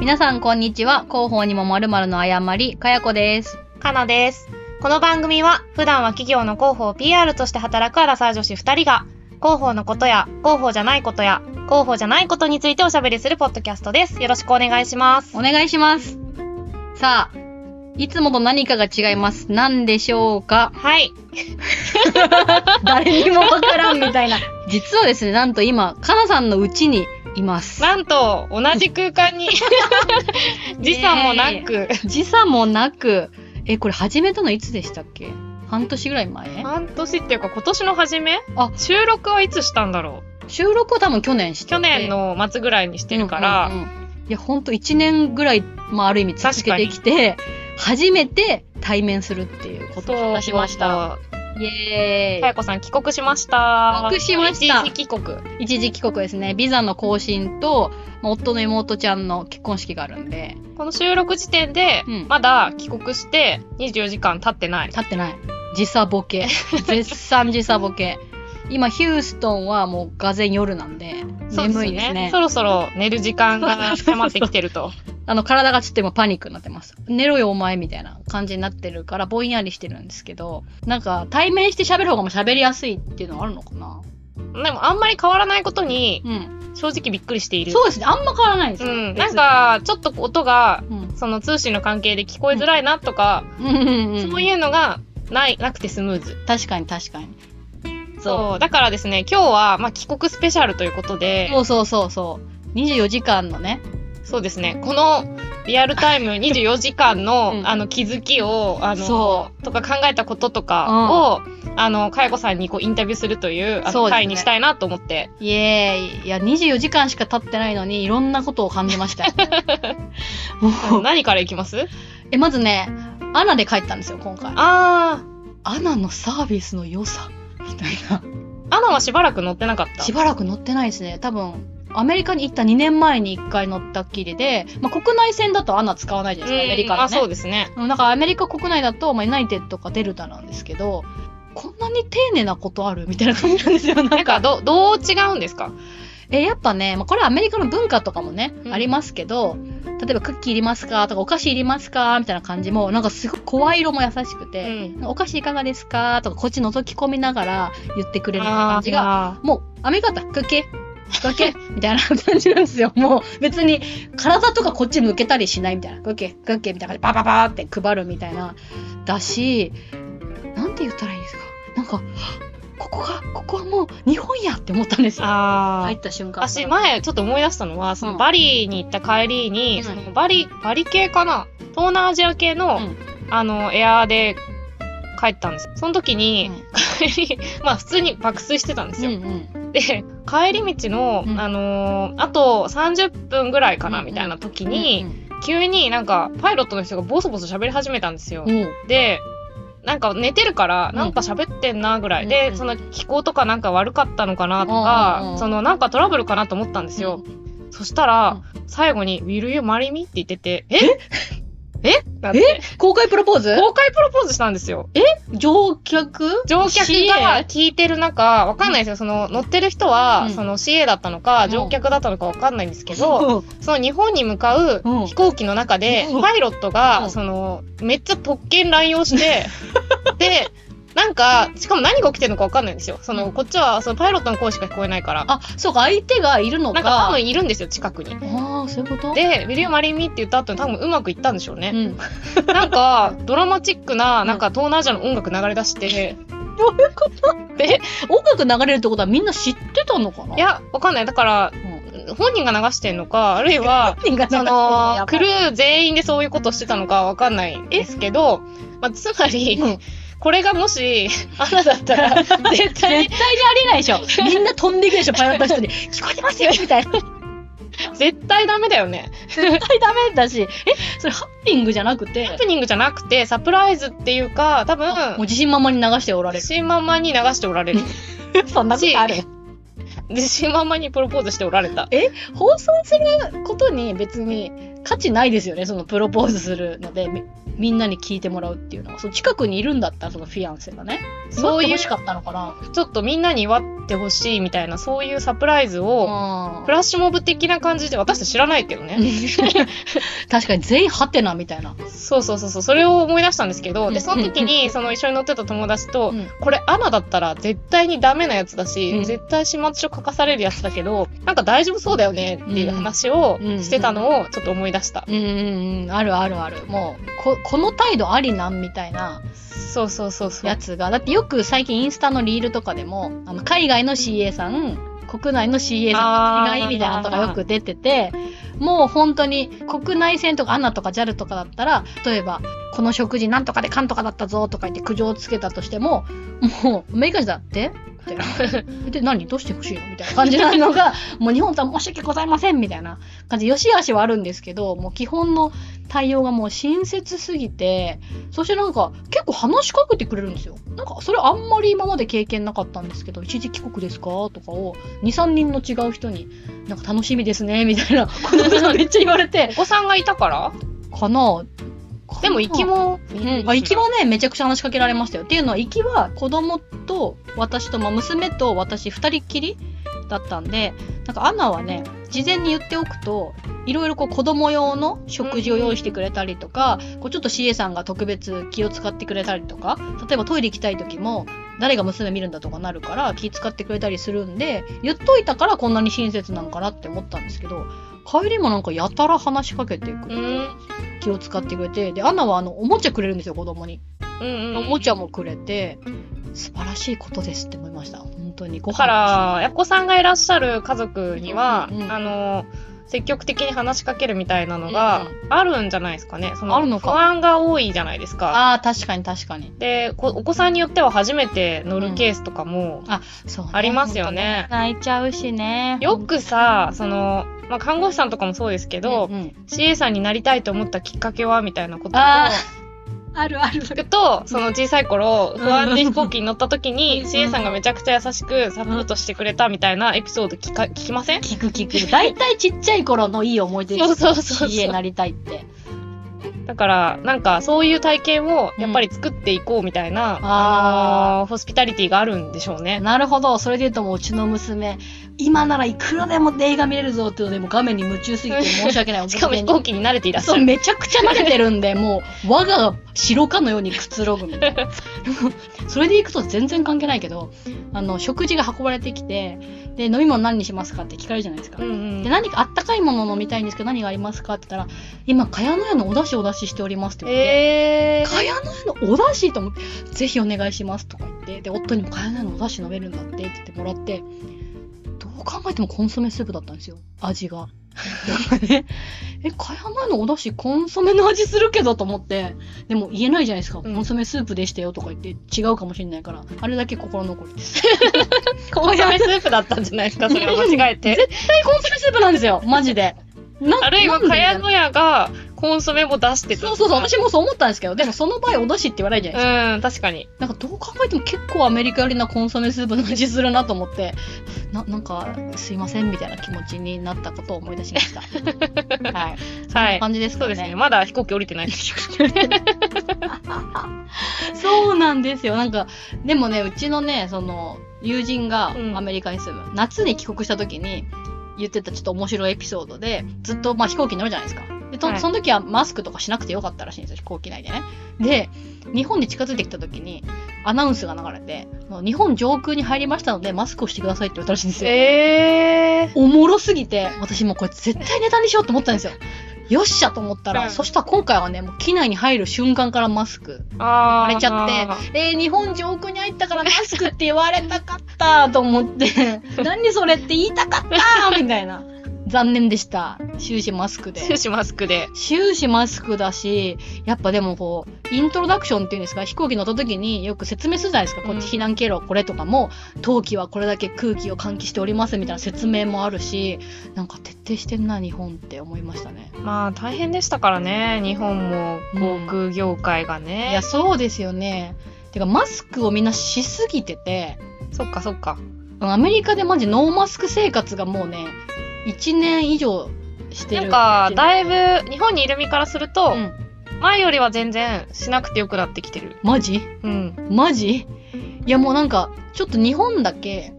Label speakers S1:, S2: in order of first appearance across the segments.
S1: 皆さんこんにちは広報にもまるまるの誤りかやこです
S2: かなです。この番組は普段は企業の広報 PR として働くアラサー女子2人が広報のことや広報じゃないことや広報じゃないことについておしゃべりするポッドキャストです。よろしくお願いします。
S1: お願いしますさあいつもと何かが違います何でしょうか
S2: はい。
S1: 誰にもわからんみたい
S2: いな。
S1: 実はですねなんと今かなさんのうちにいます
S2: なんと同じ空間に 時差もなく
S1: 時差もなくえこれ始めたのいつでしたっけ半年ぐらい前
S2: 半年っていうか今年の初め
S1: あ
S2: 収録はいつしたんだろ
S1: 収録は多分去年して
S2: う
S1: て
S2: 去年の末ぐらいにしてるから、
S1: うんうんうんいやほんと1年ぐらい、まあ、ある意味続けてきて初めて対面するっていうことを
S2: そう
S1: しました。イエー
S2: かや
S1: イ
S2: こさん帰国しました。
S1: 帰国しました
S2: 一時帰国。
S1: 一時帰国ですねビザの更新と、まあ、夫の妹ちゃんの結婚式があるんで
S2: この収録時点で、
S1: うん
S2: まだ帰国して24時間経ってない。
S1: 立ってない時差ボ ケ絶賛時差ボケ今ヒューストンはもうがぜん夜なんで眠いですね
S2: そろそろ寝る時間が迫ってきてると。
S1: あの体がちょっと今パニックになってます寝ろよお前みたいな感じになってるからぼんやりしてるんですけどなんか対面して喋る方がもう喋りやすいっていうのはあるのかな
S2: でもあんまり変わらないことに
S1: うん
S2: 正直びっくりしている。
S1: そうですねあんま変わらないです
S2: う
S1: よ
S2: ん。なんかちょっと音が
S1: 別にうん
S2: その通信の関係で聞こえづらいなとか、
S1: うんうんうん
S2: そういうのがない、なくてスムーズ。
S1: 確かに確かにそ
S2: そう。だからですね、今日は、まあ、帰国スペシャルということで
S1: う、そうそうそうそう24時間のね
S2: そうですね。このリアルタ イム24時間の、
S1: うん
S2: あの気づきをあ
S1: そ
S2: のとか考えたこととかを、あの佳代子さんにこうインタビューするというあ
S1: そうですね
S2: の回にしたいなと思って。
S1: イエーイいや24時間しか経ってないのにいろんなことを感じま したよもう
S2: 何からいきます？
S1: えまずねアナで帰ったんですよ今回
S2: あ
S1: アナのサービスの良さみたいな
S2: あ、アナはしばらく乗ってなかった。
S1: しばらく乗ってないですね多分アメリカに行った2年前に1回乗ったっきりで、まあ、国内線だとアナ使わないじゃないですかアメリカ
S2: うんあ
S1: の
S2: そう
S1: ね
S2: ですね。
S1: うんだからアメリカ国内だと、まあ、ユナイテッドかデルタなんですけどこんなに丁寧なことあるみたいな感じなんですよな
S2: なんんか
S1: か
S2: どどう違うんですか？
S1: えやっぱね、まあ、これはアメリカの文化とかもね、
S2: うん
S1: ありますけど例えばクッキーいりますかとかお菓子いりますかみたいな感じもなんかすごい声色も優しく
S2: う
S1: て、
S2: ん。
S1: お菓子いかがですかとかこっち覗き込みながら言ってくれるような感じが
S2: が。
S1: もう、アメリカだった、クッキー、クッキ ー、みたいな感じなんですよ。もう、別に、体とかこっち向けたりしないみたいな、クッキー、クッキーみたいな感じで、パパパーって配るみたいな、だし、なんて言ったらいいんですか。なんか、はっここが、ここはもう、日本やって思ったんですよ。
S2: ああ
S1: 入っ。た瞬間。
S2: 私前ちょっと思い出したのはそうの
S1: ん
S2: バリに行った帰りに、
S1: うん
S2: そのバリバリ系かな東南アジア系の、
S1: うん
S2: あのエアーで帰ったんですよその時に、帰り まあ普通に爆睡してたんです
S1: うん
S2: よ、
S1: うん。
S2: で帰り道の、
S1: うん
S2: あのーあと30分ぐらいかな、
S1: うん
S2: みたいな時に、、急になんかパイロットの人がボソボソ喋り始めたんですよ、
S1: うんうん、
S2: でなんか寝てるから
S1: うん
S2: なんか喋ってんなぐらい、
S1: う
S2: で
S1: ん
S2: その気候とかなんか悪かったのかなとか、
S1: うんうん
S2: そのなんかトラブルかなと思ったんですよ、そしたら、最後に「Will you marry me?」って言ってて「ええだって
S1: え公開プロポーズ
S2: 公開プロポーズしたんですよ
S1: 乗客
S2: 乗客
S1: CA？
S2: が聞いてる中わかんないですよその乗ってる人は、
S1: うん
S2: その CA だったのか、
S1: うん
S2: 乗客だったのかわかんないんですけど、
S1: うん
S2: その日本に向かう
S1: うん
S2: 飛行機の中で、
S1: うん
S2: パイロット
S1: う
S2: が、
S1: ん
S2: そのめっちゃ特権乱用 して、でなんかしかも何が起きてるのかわかんないんですよその、
S1: うん
S2: こっちはそのパイロットの声しか聞こえないから
S1: あ、そうか、相手がいるの
S2: な
S1: か。
S2: んか多分いるんですよ近くに。
S1: ああ、そういうこと
S2: で「Will you marry me?」って言った後に多分うまくいったんでしょう
S1: う
S2: ね、
S1: ん。ど
S2: なんかドラマチックななんか東南アジアの音楽流れ出して
S1: ういうこと
S2: で、
S1: 音楽流れるってことはみんな知ってたのかない
S2: やわかんないだから
S1: うん
S2: 本人が流してんのかある いは
S1: 本人が流れ
S2: そ
S1: てるのや
S2: の
S1: ば
S2: ク
S1: い
S2: ルー全員でそういうことしてたのかわかんないですけど、まあ、つまり、
S1: うん
S2: これがもしアナだっ たら絶対に
S1: 絶対にありえないでしょ。みんな飛んでいくでしょ、パイロットの人に。 聞こえてますよみたい な。絶
S2: 絶対ダメだよね。
S1: 対ダメだし。え、それハッピングじゃなくて
S2: ハ、プニングじゃなくてサプライズっていうか多分
S1: もう自信満々に流しておられ
S2: 自
S1: る。
S2: 信満々に流しておられる
S1: そんなことある。
S2: 自信満々にプロポーズしておられた。
S1: 放送することに別に価値ないですよね、そのプロポーズするので、みみんなに聞いてもらうっていうのは。そう近くにいるんだったら、そのフィアンセがね。
S2: そ
S1: 奪って
S2: ういう
S1: 欲しかったのかな。
S2: ちょっとみんなに祝っってほしいみたいなそういうサプライズを
S1: あ
S2: フラッシュモブ的な感じで私たち知らないけどね、
S1: ー確かに全員ハテナみたいな。
S2: そうそうそうそうそれを思い出したんですけど
S1: うん
S2: でその時にその一緒に乗ってた友達と、
S1: うん
S2: これアナだったら絶対にダメなやつだし、
S1: うん
S2: 絶対始末書書かされるやつだけどなんか大丈夫そうだよねっていう話を
S1: うん
S2: してたのをちょっと思い出した、
S1: うんうんうん、あるあるある。もう、こ、この態度ありなんみたいな
S2: そうそうそうそう
S1: やつが。だってよく最近インスタのリールとかでも、あの、海外の CA さん、国内の CA さん
S2: あ
S1: の
S2: ー
S1: 違いみたいなのとかよく出てて、もう本当に国内線とかアナとか JAL とかだったら、例えば、この食事なんとかでかんとかだったぞとか言って苦情をつけたとしても、もう、アメリカ人だってみたいな。で、何どうしてほしいのみたいな感じなのが、もう日本とは申し訳ございませんみたいな感じ。よし悪しはあるんですけど、もう基本の対応がもう親切すぎて、そしてなんか結構話しかけてくれるんですよ。なんかそれあんまり今まで経験なかったんですけど、一時帰国ですかとかを2、3人の違う人に、なんか楽しみですねみたいなことをめっちゃ言われて
S2: お、子さんがいたから
S1: かな
S2: でも行きも、
S1: うん、あ行きはねめちゃくちゃ話しかけられましたよっていうのは行きは子供と私と、まあ、娘と私2人っきりだったんでなんかアナはね事前に言っておくといろいろこう子供用の食事を用意してくれたりとか、こうちょっと CA さんが特別気を使ってくれたりとか例えばトイレ行きたい時も誰が娘見るんだとかなるから気使ってくれたりするんで言っといたからこんなに親切なんかなって思ったんですけど帰りもなんかやたら話しかけてく
S2: う
S1: る
S2: ん、うん
S1: 気を使ってくれてでアナはあのおもちゃくれるんですよ子供に、
S2: うん
S1: おもちゃもくれて素晴らしいことですって思いました本当にご
S2: だか
S1: 飯
S2: ら、やっこさんがいらっしゃる家族には、
S1: うんうん
S2: あの、積極的に話しかけるみたいなのが
S1: うん
S2: あるんじゃないですかね。そ
S1: あるのか
S2: 不安が多いじゃないですか。
S1: ああ確かに確かに
S2: でこお子さんによっては初めて乗るケースとかも
S1: そう、
S2: ありますよね。
S1: 泣いちゃうしね
S2: よくさ、その、まあ、看護師さんとかもそうですけど、
S1: うんうん
S2: CA さんになりたいと思ったきっかけはみたいなことを
S1: ああるある
S2: 聞くと、その小さい頃、不安で飛行機に乗った時
S1: う
S2: に、
S1: ん
S2: CA さんがめちゃくちゃ優しくサポートしてくれたみたいなエピソード聞か聞きません
S1: 聞く聞く大体ちっちゃい頃のいい思い出
S2: そうそうそう
S1: 家
S2: そ
S1: に
S2: う。
S1: なりたいって
S2: だから、なんか、そういう体験を、やっぱり作っていこうみたいな、
S1: あ
S2: あのーホスピタリティがあるんでしょうね。
S1: なるほどそれで言うともううちの娘今ならいくらでも映画見れるぞっていうのでもう画面に夢中すぎて申し訳ない
S2: しかも飛行機に慣れていらっし
S1: そ
S2: ゃ
S1: う
S2: る。
S1: めちゃくちゃ慣れてるんで もう我が白かのようにくつろぐみたいなそれで行くと全然関係ないけどあの食事が運ばれてきてで飲み物何にしますかって聞かれるじゃないですか、
S2: うんうん
S1: で何かあったかいもの飲みたいんですけど何がありますかって言ったら「今茅野屋のお出汁お出汁しております」って言って
S2: え
S1: 「茅野屋のお出汁?」と思って「ぜひお願いします」とか言ってで夫にも「茅野屋のお出汁飲めるんだって」って言ってもらってどう考えてもコンソメスープだったんですよ味 が。なんかねえ、かやまのお出汁コンソメの味するけどと思って、でも言えないじゃないですか、
S2: うん
S1: コンソメスープでしたよとか言って違うかもしれないから、あれだけ心残り です。
S2: ー、コンソメスープだったんじゃないですか、それを間違 えて。
S1: 絶対コンソメスープなんですよ、マジで。な
S2: あるいは、
S1: なん
S2: か
S1: で
S2: やのやがコンソメも出してた。
S1: そうそうそう、私もそう思ったんですけど、でもその場合お出汁って言わないじゃないですか。
S2: うん、確かに。
S1: なんかどう考えても結構アメリカ寄りなコンソメスープの味するなと思って、な、なんかすいませんみたいな気持ちになったことを思い出しま した。はい。
S2: はい。
S1: 感じです
S2: そ
S1: か
S2: う
S1: ね。
S2: ですね。まだ飛行機降りてないです。
S1: そうなんですよ。なんか、でもね、うちのね、その、友人が
S2: うん
S1: アメリカに住む、夏に帰国した時に言ってたちょっと面白いエピソードで、ずっと、まあ、飛行機に乗るじゃないですか。で、と
S2: はい
S1: その時はマスクとかしなくてよかったらしいんですよ、飛行機内でね。で、日本に近づいてきた時に、アナウンスが流れて、あの日本上空に入りましたので、マスクをしてくださいって言われたらしいんですよ。
S2: え
S1: おもろすぎて、私もうこれ絶対ネタにしようと思ったんですよ。よっしゃと思ったら、
S2: うん
S1: そしたら今回はね、もう機内に入る瞬間からマスク。
S2: ー。あ
S1: 割
S2: ー
S1: れちゃってえー日本上空に入ったからマスクって言われたかったと思って何それって言いたかったみたいな残念でした終始マスク
S2: 終
S1: で
S2: 始マスクで。
S1: 終始マスクだしやっぱでもこうイントロダクションっていうんですか飛行機乗った時によく説明するじゃないですか、こっち避難経路はこれとかも冬季はこれだけ空気を換気しておりますみたいな説明もあるしなんか徹底してんな日本って思いましたね
S2: まあ、大変でしたからね。日本も航空業界が
S1: い
S2: ね
S1: や。そうですよねてかマスクをみんなしすぎてて
S2: そっかそっか。
S1: アメリカでマジノーマスク生活がもうね、1年以上して
S2: な
S1: る。
S2: んか、
S1: い
S2: だいぶ、日本にいる身からすると、
S1: うん、
S2: 前よりは全然しなくてよくなってきてる。
S1: マジ
S2: うん。
S1: マジいやもうなんか、ちょっと日本だけ、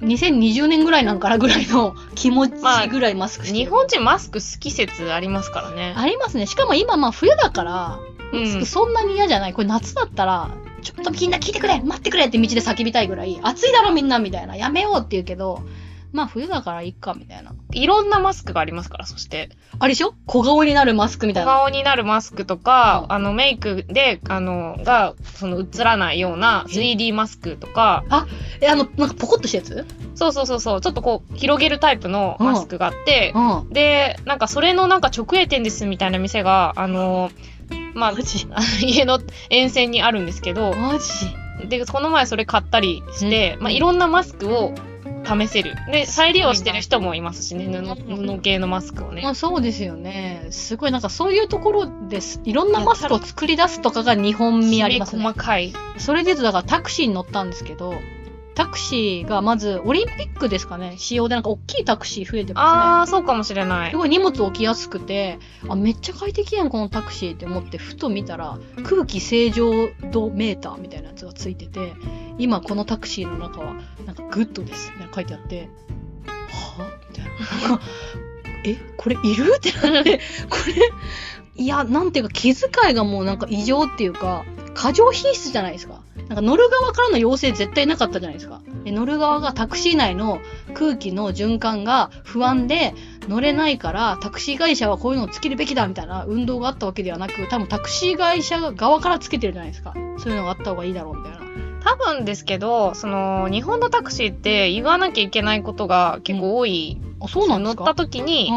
S1: 2020年ぐらいなんからぐらいの 気持ちぐらいマスクして
S2: 日
S1: る、
S2: 本人マスク好き説ありますからね。
S1: ありますねしかも今まあ冬だから
S2: う
S1: マス
S2: ん
S1: ク、そんなに嫌じゃない、これ夏だったらちょっとみんな聞いてくれ待ってくれって道で叫びたいぐらい暑いだろみんなみたいなやめようって言うけどまあ冬だからいっかみたいない
S2: ろんなマスクがありますから、そして。
S1: あれでしょ小顔になるマスクみた
S2: 小
S1: いな
S2: 顔になるマスクとか、
S1: うん
S2: あの、メイクで、あの、が、その、映らないような 3D マスクとか、
S1: えあのなんかポコッとしたやつ
S2: そうそうそうそう、ちょっとこう、広げるタイプのマスクがあって、
S1: うん
S2: で、なんかそれのなんか直営店ですみたいな店が、あの、まあ、
S1: マジ
S2: あの 家の沿線にあるんですけど、
S1: マジ
S2: で、この前それ買ったりして、
S1: うん
S2: まあ、いろんなマスクを試せる。で、再利用してる人もいますしね、
S1: うん
S2: 布布系のマスクをね
S1: ま。あそうですよねすごいなんかそういうところですいろんなマスクを作り出すとかが日本味ありますね
S2: 細かい。
S1: それで言うとだからタクシーに乗ったんですけどタクシーがまずオリンピックですかね仕様でなんか大きいタクシー増えてますね
S2: ああ、そうかもしれない
S1: す。ごい荷物置きやすくてあめっちゃ快適やんこのタクシーって思ってふと見たら空気清浄度メーターみたいなやつがついてて今このタクシーの中はなんかグッドですみたいな書いてあってはあみたいな なんかえこれいるってなってこれいやなんていうか気遣いがもうなんか異常っていうか過剰品質じゃないですか。なんか乗る側からの要請絶対なかったじゃないですか。で乗る側がタクシー内の空気の循環が不安で乗れないからタクシー会社はこういうのをつけるべきだみたいな運動があったわけではなく多分タクシー会社側からつけてるじゃないですかそういうのがあった方がいいだろうみたいな
S2: 多分ですけど、その、日本のタクシーって言わなきゃいけないことが結構多い。
S1: あそうなんで
S2: 乗
S1: す
S2: っ
S1: か
S2: た時に、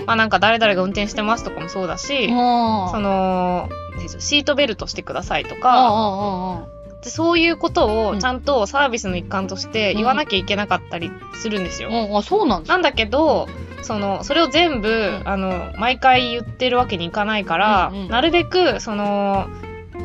S1: うん、
S2: まあなんか誰々が運転してますとかもそうだし、
S1: あー
S2: その、なんでしょうシートベルトしてくださいと
S1: あー
S2: か、
S1: あーあー
S2: でそういうこと
S1: う
S2: を
S1: ん
S2: ちゃんとサービスの一環として言わなきゃいけなかったりするんですよ。
S1: あーあそうなんです
S2: なんだけど、その、それを全部、
S1: ん
S2: あの、毎回言ってるわけにいかないから、
S1: うんうん
S2: なるべく、その、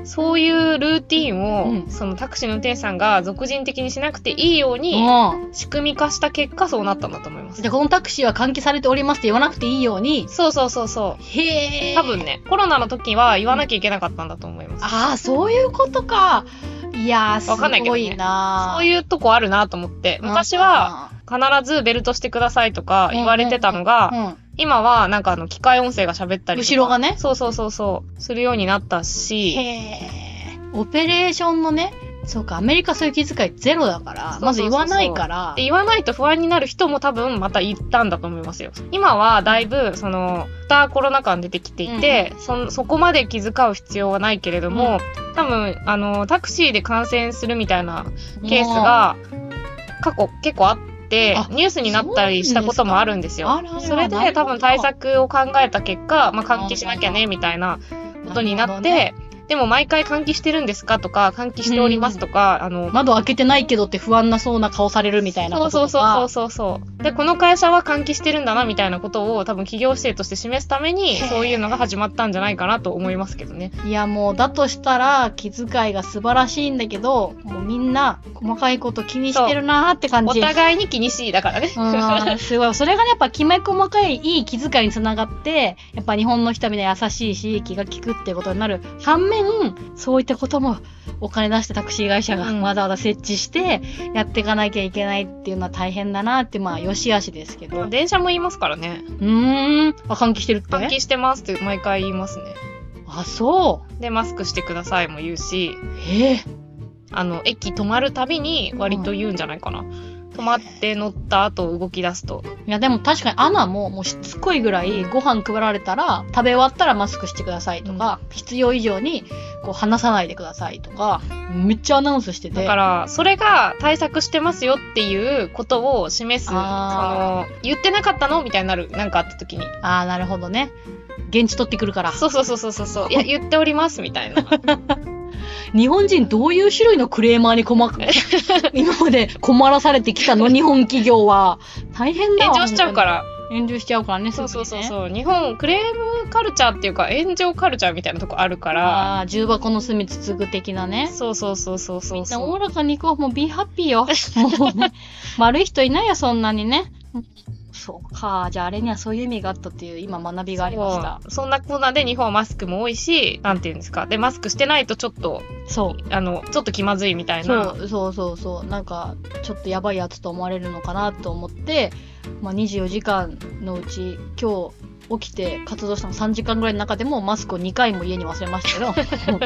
S2: そういうルーティンを、
S1: うん
S2: そのタクシーの運転手さんが俗人的にしなくていいように、
S1: うん
S2: 仕組み化した結果そうなったんだと思います
S1: じゃ。あこのタクシーは換気されておりますって言わなくていいように
S2: そうそうそうそ
S1: へ
S2: う。
S1: え
S2: 多分ね、コロナの時は言わなきゃいけなかったんだと思います。
S1: ああそういうことかいやーす
S2: わかんないけど
S1: ご
S2: ね
S1: いな
S2: そういうとこあるなと思って、昔は必ずベルトしてくださいとか言われてたのが、
S1: うんうん
S2: 今はなんかあの機械音声が喋ったりと
S1: 後
S2: か
S1: ろがね
S2: そうそうそうそうするようになったし
S1: へえ。オペレーションのね、そうか、アメリカそういう気遣いゼロだから、
S2: そうそうそうそう
S1: まず言わないから
S2: で、言わないと不安になる人も多分また言ったんだと思いますよ今はだいぶそのアフターコロナ禍に出てきていて、そんそこまで気遣う必要はないけれども、多分あのタクシーで感染するみたいなケースが過去結構あって
S1: あ
S2: ニュースになったりしたこともあるんですよ
S1: そうなんですかあら
S2: そ
S1: あらな
S2: れ
S1: る
S2: で
S1: ほど
S2: 多分対策を考えた結果、まあ、換気しなきゃねみたいな
S1: もう
S2: ことになって、
S1: るほどね
S2: でも毎回換気してるんですかとか換気しておりますとか、あの
S1: 窓開けてないけどって不安なそうな顔されるみたいなこ
S2: そう
S1: とと
S2: そう
S1: か
S2: そうそうそうでこの会社は換気してるんだなみたいなことを多分企業姿勢として示すために
S1: へー
S2: そういうのが始まったんじゃないかなと思いますけ どね
S1: いやもうだとしたら気遣いが素晴らしいんだけどもうみんな細かいこと気にしてるなーって感
S2: お
S1: じ
S2: 互いに気にしいだからね
S1: うんすごいそれがねやっぱきめ細かいいい気遣いにつながってやっぱ日本の人はみんな優しいし気が利くってことになる反面そういったこともお金出してタクシー会社が
S2: うん
S1: わざわざ設置してやっていかなきゃいけないっていうのは大変だなってまあよしあしですけどう
S2: 電車も言いますからね
S1: ーんあ換気してるって
S2: 換気してますって毎回言いますね
S1: あそ
S2: でマスクしてくださいも言うし
S1: うええ
S2: あの駅止まるたびに割と言うんじゃないかな、止まって乗った後動き出すと
S1: いやでも確かにアナももうしつこいぐらいご飯配られたら食べ終わったらマスクしてくださいとか、必要以上にこう話さないでくださいとかめっちゃアナウンスしてて
S2: だからそれが対策してますよっていうことを示すその
S1: あ
S2: 言ってなかったのみたいになるなんかあった時に
S1: ああなるほどね現地取ってくるから
S2: そうそうそうそうそうそういや言っておりますみたいな
S1: 日本人どういう種類のクレーマーに困 く今まで困らされてきたの日本企業は大変だわ
S2: 炎上しちゃうからら
S1: 炎上しちゃうからねすぐ
S2: そ
S1: に
S2: う
S1: ね
S2: そうそうそう日本クレームカルチャーっていうか炎上カルチャーみたいなとこあるから
S1: ああ重箱の隅つつぐ的なね
S2: そうそうそうそうそう
S1: お
S2: そ
S1: お
S2: う
S1: ら かに行こうもうビーハッピーよもうね悪い人いないよそんなにねそうか。じゃああれにはそういう意味があったっていう今学びがありました。
S2: そうそんなコーナーで日本はマスクも多いし、なんていうんですか。で、マスクしてないとちょっと、
S1: そう。
S2: あの、ちょっと気まずいみたい
S1: そ
S2: な。
S1: うそうそうそうなんかちょっとやばいやつと思われるのかなと思って、まあ、24時間のうち今日起きて活動したの3時間ぐらいの中でもマスクを2回も家に忘れました けども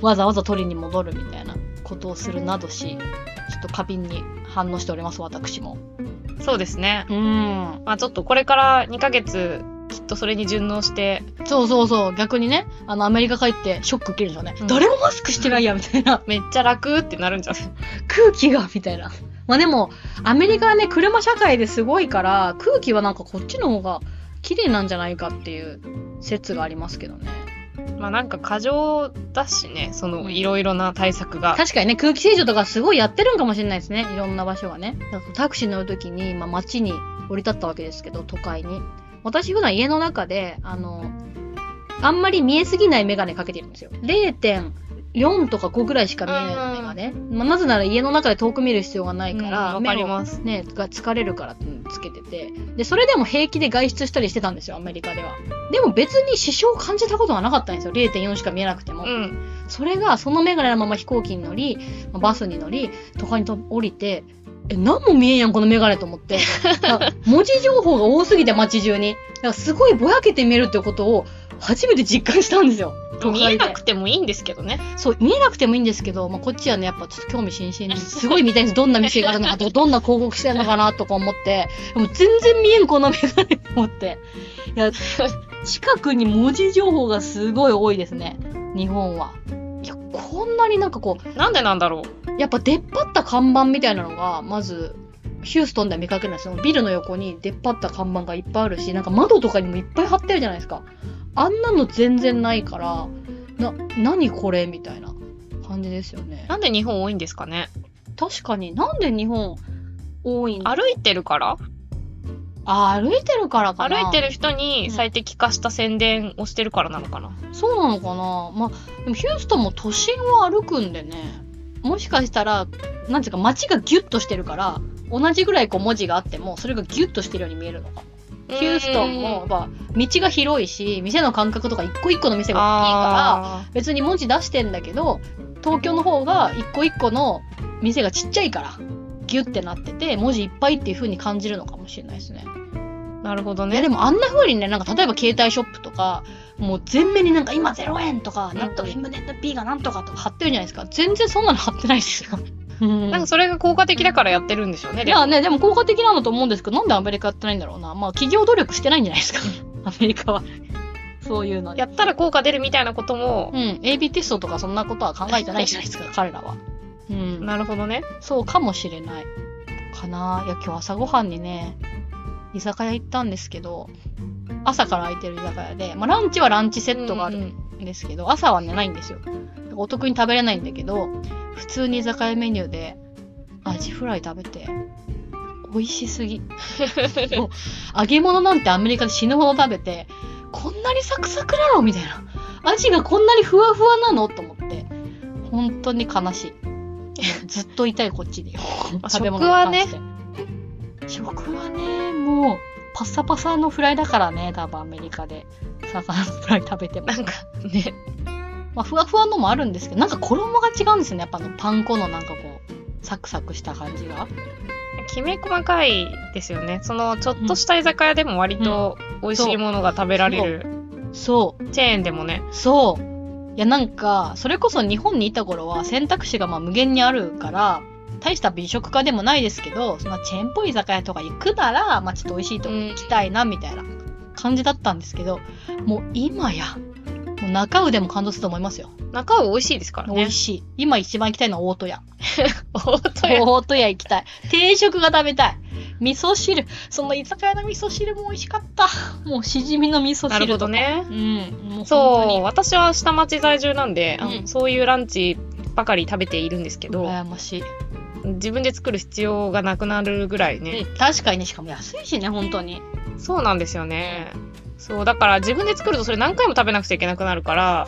S1: うわざわざ取りに戻るみたいなことをするなどしちょっと過敏に反応しております私も
S2: そうですね。
S1: うん
S2: まあちょっとこれから2ヶ月、きっとそれに順応して、
S1: そうそうそう逆にねあのアメリカ帰ってショック受けるんでしょうね、
S2: うん
S1: 誰もマスクしてないやみたい な
S2: めっちゃ楽ってなるんじゃない
S1: 空気がみたいな。まあでもアメリカはね車社会ですごいから空気はなんかこっちの方が綺麗なんじゃないかっていう説がありますけどね
S2: まあなんか過剰だしね、その
S1: うん
S2: いろいろな対策が。
S1: 確かにね空気清浄とかすごいやってるんかもしれないですねいろんな場所はねだからタクシー乗る時に、まあ、街に降り立ったわけですけど都会に私普段家の中であのあんまり見えすぎない眼鏡かけてるんですよ0.4とか5ぐらいしか見えない眼鏡、まあ、なぜなら家の中で遠く見る必要がないから、
S2: うんわかります
S1: 目をね、が疲れるからっていうのをつけててでそれでも平気で外出したりしてたんですよアメリカではでも別に支障を感じたことがなかったんですよ0.4しか見えなくても、
S2: うん。
S1: それがその眼鏡のまま飛行機に乗りまあバスに乗り都会にと降りてえ何も見えんやんこの眼鏡と思って あ文字情報が多すぎて街中にだからすごいぼやけて見えるってことを初めて実感したんですよ都
S2: 見え
S1: 会で
S2: なくてもいいんですけどね。
S1: そう見えなくてもいいんですけど、まあ、こっちはねやっぱちょっと興味津々ですごい見たいんですどんな店があるのかとかどんな広告してるのかなとか思ってでも全然見えんこの眼鏡と思っていや近くに文字情報がすごい多いですね日本はいやこんなになんかこう
S2: なんでなんだろう。
S1: やっぱ出っ張った看板みたいなのがまずヒューストンでは見かけないですよビルの横に出っ張った看板がいっぱいあるしなんか窓とかにもいっぱい貼ってるじゃないですかあんなの全然ないからな何これみたいな感じですよね
S2: なんで日本多いんですかね。
S1: 確かになんで日本多いんだ
S2: 歩いてるから
S1: あ歩いてるからかな
S2: 歩いてる人に最適化した宣伝をしてるからなのかな。
S1: そうなのかなまあでもヒューストンも都心を歩くんでねもしかしたらなんていうか街がギュッとしてるから同じぐらいこう文字があってもそれがギュッとしてるように見えるのかヒューストンもやっぱ道が広いし店の間隔とか一個一個の店
S2: うん
S1: が大きいから
S2: あ
S1: 別に文字出してんだけど東京の方が一個一個の店がちっちゃいからギュッてなってて文字いっぱいっていう風に感じるのかもしれないですね。
S2: ーなるほど
S1: いや
S2: ね
S1: で。もあんな風にねなんか例えば携帯ショップとかもう全面になんか今0円とか
S2: ん
S1: なんとかヒムネット P がなんとかとか貼ってるじゃないですか全然そんなの貼ってないですよ。うん
S2: なんかそれが効果的だからやってるんでしょうね。
S1: いやね、でも効果的なのと思うんですけど、なんでアメリカやってないんだろうな。まあ、企業努力してないんじゃないですか。 アメリカは。そういうのに。
S2: やったら効果出るみたいなことも
S1: う。ん。AB テストとかそんなことは考えてないじゃないですか、彼らは。うん。
S2: なるほどね。
S1: そうかもしれない。かな。いや、今日朝ごはんにね、居酒屋行ったんですけど、朝から空いてる居酒屋で、まあ、ランチはランチセットがある
S2: うん
S1: んですけど、朝はね、ないんですよ。だからお得に食べれないんだけど、普通に居酒屋メニューで、アジフライ食べて、美味しすぎ。
S2: うん
S1: 揚げ物なんてアメリカで死ぬほど食べてこんなにサクサクなのみたいなアジがこんなにふわふわなのと思って本当に悲しいもうずっと痛いこっちで食べ物に関して食はねもうパッサパサのフライだからね多分アメリカで魚のフライ食べても
S2: なんかね。
S1: まあ、ふわふわのもあるんですけどなんか衣が違うんですよねやっぱあのパン粉のなんかこうサクサクした感じが
S2: きめ細かいですよねそのちょっとした居酒屋でも割と美味しいものが食べられる、
S1: そう
S2: チェーンでもね
S1: そう。いや、なんか、それこそ日本にいた頃は選択肢がまあ無限にあるから、大した美食家でもないですけど、そんなチェーンっぽい居酒屋とか行くなら、まあちょっと美味しいとこ行きたいな、みたいな感じだったんですけど、もう今や、もう中尾でも感動すると思いますよ。
S2: 中尾美味しいですから
S1: 美
S2: ね
S1: 味しい。今一番行きたいのは大戸屋。
S2: 大戸屋
S1: 大戸屋行きたい。定食が食べたい。味噌汁。その居酒屋の味噌汁も美味しかった。もうしじみの味噌汁とか。
S2: なるほど。ね
S1: うん。もう本当
S2: そ
S1: に
S2: う私は下町在住なんで、あの
S1: うん
S2: そういうランチばかり食べているんですけど、
S1: 羨ましい。
S2: 自分で作る必要がなくなるぐらいね、
S1: 確かにねしかも安いしね本当に
S2: そうなんですよねそうだから自分で作るとそれ何回も食べなくちゃいけなくなるから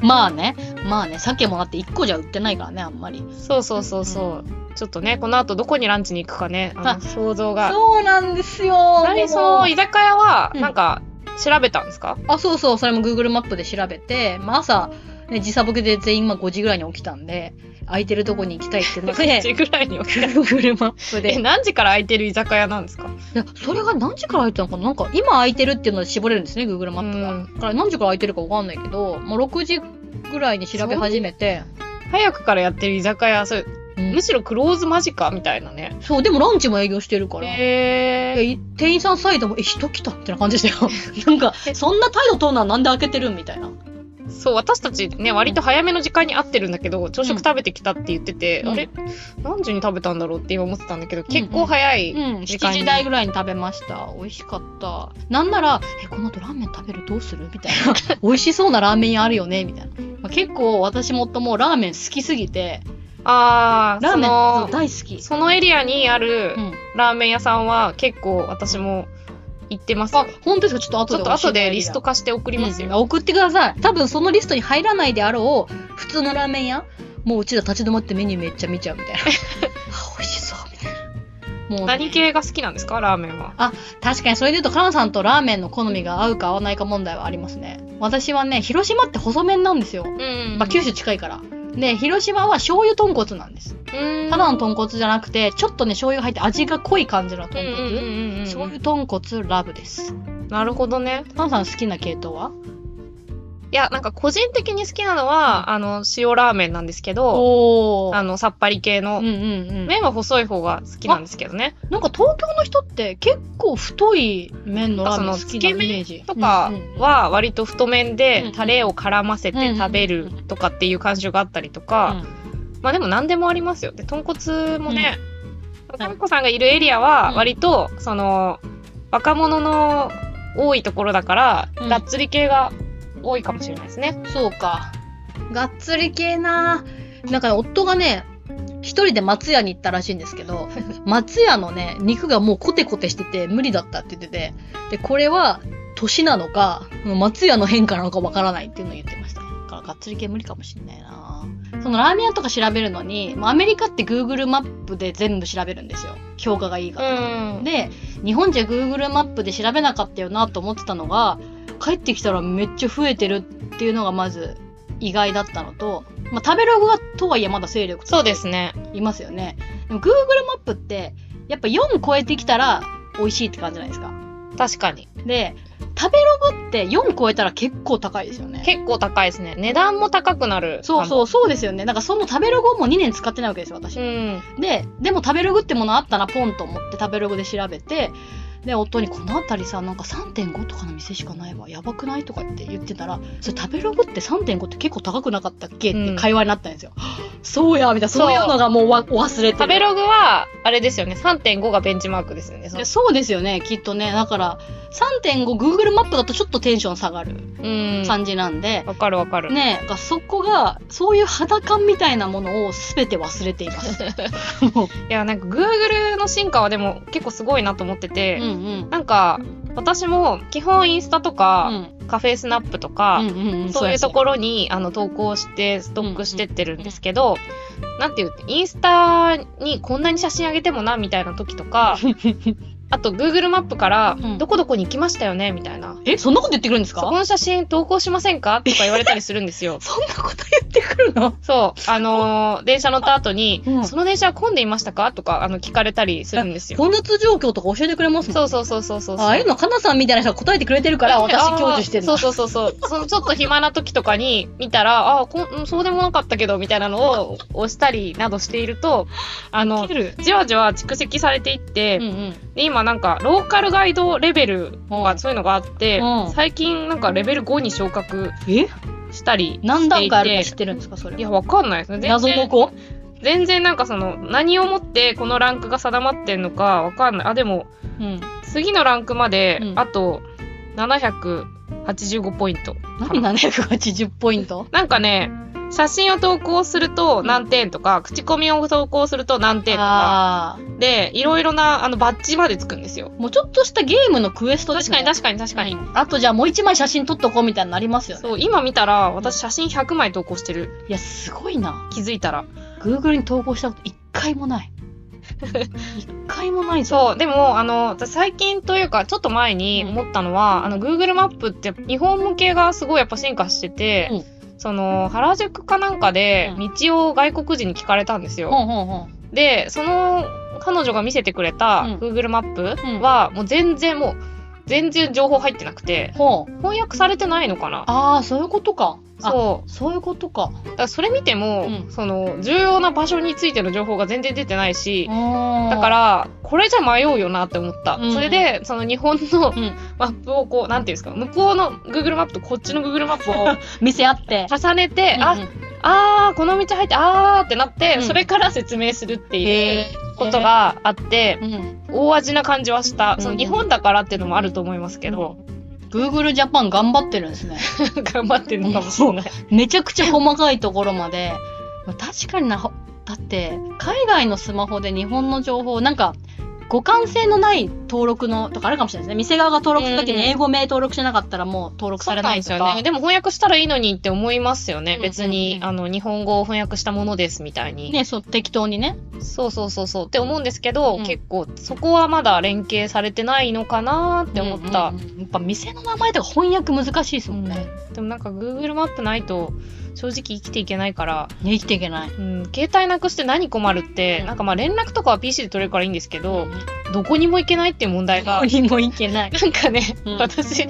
S1: まあねまあね鮭もだって1個じゃ売ってないからねあんまり
S2: そうそうそうそう、ちょっとね、この後どこにランチに行くかね、あの
S1: あ
S2: 想像が。
S1: そうなんですよ。
S2: 何その居酒屋は、
S1: うん
S2: なんか、調べたんですか、
S1: あ、そうそう、それも Google マップで調べて、まあ、朝、ね、時差ボケで全員まあ5時ぐらいに起きたんで、空いてるとこに行きたいっていうの
S2: 何
S1: で、
S2: 時ぐらいに起きた
S1: Google マップで。
S2: え、
S1: い
S2: 何時から空いてる居酒屋なんですか
S1: や、それが何時から空いてたのかななんか、今空いてるっていうので絞れるんですね、Google マップが。
S2: うん
S1: だから何時から空いてるかわかんないけど、もう6時ぐらいに調べ始めて、
S2: 早くからやってる居酒屋、そう
S1: うん
S2: むしろクローズ間近みたいなね。
S1: そう、でもランチも営業してるから。
S2: へえ。
S1: いや店員さんサイドも、え、人来たってな感じでしたよ。 なんか、そんな態度取るのはなんで開けてるんみたいな。
S2: そう、私たちね、割と早めの時間に会ってるんだけど、朝食食べてきたって言ってて、
S1: うん
S2: あれ何時に食べたんだろうって今思ってたんだけど、
S1: ん
S2: 結構早い。
S1: うん、
S2: 時間
S1: 7
S2: に
S1: 時台ぐらいに食べました美味しかったなんなら「えこの後ラーメン食べるどうする?」みたいな 「美味しそうなラーメン屋あるよね」みたいな、まあ、結構私も夫もラーメン好きすぎて
S2: あー、
S1: ラー
S2: そ
S1: メンそう
S2: の、
S1: 大好き、
S2: そのエリアにある、
S1: うん、
S2: ラーメン屋さんは結構私も行ってますよ
S1: あ本当ですかちょっ
S2: ち
S1: と後
S2: ょっ
S1: で
S2: と後でリスト
S1: 送
S2: 化して送り
S1: り
S2: ま
S1: ますす
S2: よ。
S1: よ、うん送ってください多分そのリストに入らないであろう普通のラーメン屋もううちら立ち止まってメニューめっちゃ見ちゃうみ たいなあ美味しそうみたいなもうね、
S2: 何系が好きなんですかラーメンは。
S1: 確かにそれで言うと、カナさんとラーメンの好みが合うか合わないか問題はありますね。私はね、広島って細麺なんですよ。
S2: うん
S1: まあ、九州近いから。で、広島は醤油豚骨なんです。
S2: うん
S1: ただの豚骨じゃなくて、ちょっとね、醤油が入って味が濃い感じの
S2: うん
S1: 豚
S2: うん
S1: 骨。
S2: うんうんうん
S1: 醤油豚骨ラブです。
S2: なるほどね。
S1: カナさん好きな系統はい
S2: やなんか個人的に好きなのはあの塩ラーメンなんですけど
S1: お
S2: あ
S1: ー。
S2: のさっぱり系の
S1: うんう。んうん。
S2: 麺は細い方が好きなんですけどね。
S1: なんか東京の人って結構太い麺のラーメン好きなイメージ。
S2: とか
S1: うんうん
S2: は割と太麺で
S1: うんうん
S2: タレを絡ませて食べるとかっていう感じがあったりとか、まあでも何でもありますよ。で、豚骨もね、
S1: ん
S2: かみこさんがいるエリアは
S1: うん
S2: 割と、その、若者の多いところだから、
S1: うん
S2: がっつり系が多いかもしれないですね。
S1: そうか。がっつり系な。なんかね、夫がね、一人で松屋に行ったらしいんですけど、松屋のね、肉がもうコテコテしてて無理だったって言ってて、で、これは年なのか、松屋の変化なのかわからないっていうのを言ってました。だからがっつり系無理かもしれないな。そのラーメン屋とか調べるのに、まあアメリカって Google マップで全部調べるんですよ。評価がいいから。
S2: うん。
S1: で日本じゃ Google マップで調べなかったよなと思ってたのが帰ってきたらめっちゃ増えてるっていうのがまず意外だったのと、まあ、食べログはとはいえまだ勢力
S2: そうですね。
S1: いますよねでも Google マップってやっぱ4超えてきたら美味しいって感じじゃないですか
S2: 確かに。
S1: で食べログって4超えたら結構高いですよね
S2: 結構高いですね。値段も高くなる。。
S1: そうそううそうですよねなんかその食べログをもう2年使ってないわけですよ私、
S2: うん。
S1: で、でも食べログってものあったな、ポンと思って食べログで調べて、で、夫にこの辺りさ、なんか3.5とかの店しかないわ、やばくないとかって言ってたら、それ食べログって3.5って結構高くなかったっけっ
S2: う
S1: て
S2: ん
S1: 会話になったんですよ。 そうや、みたいな、
S2: そう
S1: そういうのがもうわお忘れてる。
S2: 食べログは、あれですよね。3.5がベンチマークですよね。その
S1: でそうですよね、きっとね。だから、3.5、Google マップだとちょっとテンション下がる
S2: うん。
S1: 感じなんで、
S2: わかるわかる。
S1: ねえ、がそこが、そういう肌感みたいなものを全て忘れてい ます。も
S2: いや、なんか Google の進化はでも結構すごいなと思って
S1: う
S2: て、
S1: うんうん。
S2: なんか、私も基本インスタと
S1: う
S2: か、
S1: ん
S2: カフェスナップとか、
S1: うんうんん
S2: そういう
S1: や
S2: ところにあの投稿してストックしてってるんですけど、なんていうインスタにこんなに写真あげてもなみたいな時と かあと Google マップから、
S1: うん
S2: どこどこに行きましたよねみたいな。
S1: え、そんなこと言ってくるんです
S2: そ
S1: か。
S2: この写真投稿しませんかとか言われたりするんですよ
S1: そんなこと言ってくるの
S2: そう。あのー電車乗った後に、
S1: うん
S2: その電車は混んでいましたかとか、あの、聞かれたりするんですよ。
S1: 混雑状況とか教えてくれますもん
S2: そうそうそうそうそう。
S1: ああいうの、かなさんみたいな人が答えてくれてるから、私
S2: あー
S1: 享受してる
S2: そ
S1: の
S2: う。そうそうそう。そのちょっと暇な時とかに見たら、あーこんうんそうでもなかったけど、みたいなのを押したりなどしていると、あの、
S1: る。
S2: じわじわ蓄積されていって、
S1: うんうん。
S2: で今なんか、ローカルガイドレベル
S1: う
S2: が、
S1: ん
S2: そういうのがあって、
S1: うん
S2: 最近なんかレベル5に昇格
S1: え
S2: したりしていて、
S1: 何段階あるか知ってるんですか、それ
S2: い
S1: は。
S2: や、わかんないですね。全
S1: 謎の
S2: 然、
S1: 子
S2: 全然なんかその、何をもってこのランクが定まってんのかわかんない。あ、でも、
S1: うん。
S2: 次のランクまで、
S1: うん
S2: あと785ポイントか
S1: 何
S2: な。
S1: 780ポイント
S2: なんかね、写真を投稿すると何点とか、口コミを投稿すると何点とか、
S1: ああ。
S2: で、いろいろなあのバッジまでつくんですよ。
S1: もうちょっとしたゲームのクエストで
S2: 確
S1: す
S2: か
S1: ね。
S2: に確かに確かに。
S1: うんあとじゃあもう一枚写真撮っとこうみたいになりますよね。
S2: そう、今見たら、私写真100枚投稿してる。
S1: いや、すごいな。
S2: 気づいたら。
S1: Google に投稿したこと一回も ない。一回もないぞ。
S2: そう、でも、あの、私最近というか、ちょっと前に思ったのは、あの、Google マップって日本向けがすごいやっぱ進化してて、
S1: うん
S2: その、原宿かなんかで
S1: うん
S2: 道を外国人に聞かれたんですよ。
S1: ほんほんほん。
S2: で、その、彼女が見せてくれた
S1: うん
S2: Google マップは、もう全然もう、全然情報入ってなくて、
S1: ほう。
S2: 翻訳されてないのかな
S1: ああ、そういうことか。あ、
S2: そ
S1: そういうことか。
S2: う。だからそれ見ても、
S1: うん
S2: その、重要な場所についての情報が全然出てないし、だ
S1: だ
S2: か、らこれじゃ迷うよなって思った、
S1: うん
S2: それでその日本の
S1: うん
S2: マップをこうなんていうんですか向こうの Google マップとこっちの Google マップを
S1: 見せ合って。
S2: 重ねて、
S1: うんうん
S2: ああーこの道入ってあーってなって、
S1: うん
S2: それから説明するってい
S1: へ
S2: う
S1: え
S2: こと。があって、
S1: うん。
S2: 大味な感じはした、
S1: うん
S2: その日本だからっていうのもあると思いますけど、
S1: Google ジャパン頑張ってるんですね。
S2: 頑張ってるのかもしれない、
S1: めちゃくちゃ細かいところまで。確かにな、だって、海外のスマホで日本の情報、なんか、互換性のない登録のとかあるかもしれないですね。店側が登録するときに英語名登録しなかったらもう登録
S2: そ
S1: さ
S2: う
S1: れ
S2: な
S1: なんい
S2: で
S1: と
S2: すよ
S1: か。
S2: ねでも翻訳したらいいのにって思いますよね、
S1: うん
S2: 別に
S1: うん
S2: あの日本語を翻訳したものですみたいに
S1: ね、そう、適当にね。
S2: そうそうそうそうって思うんですけど、
S1: うん
S2: 結構そこはまだ連携されてないのかなって思った、
S1: うんうんうんやっぱ店の名前とか翻訳難しいですもんね。
S2: うんでもなんか Google マップないと正直生きていけないから、
S1: ね生きていけない。
S2: うん、携帯なくして何困るって、
S1: うん
S2: なんかまあ連絡とかは PC で取れるからいいんですけど、
S1: ど
S2: どこにも行けないっていう問題が
S1: こにも行けない。
S2: なんかね、
S1: うん
S2: 私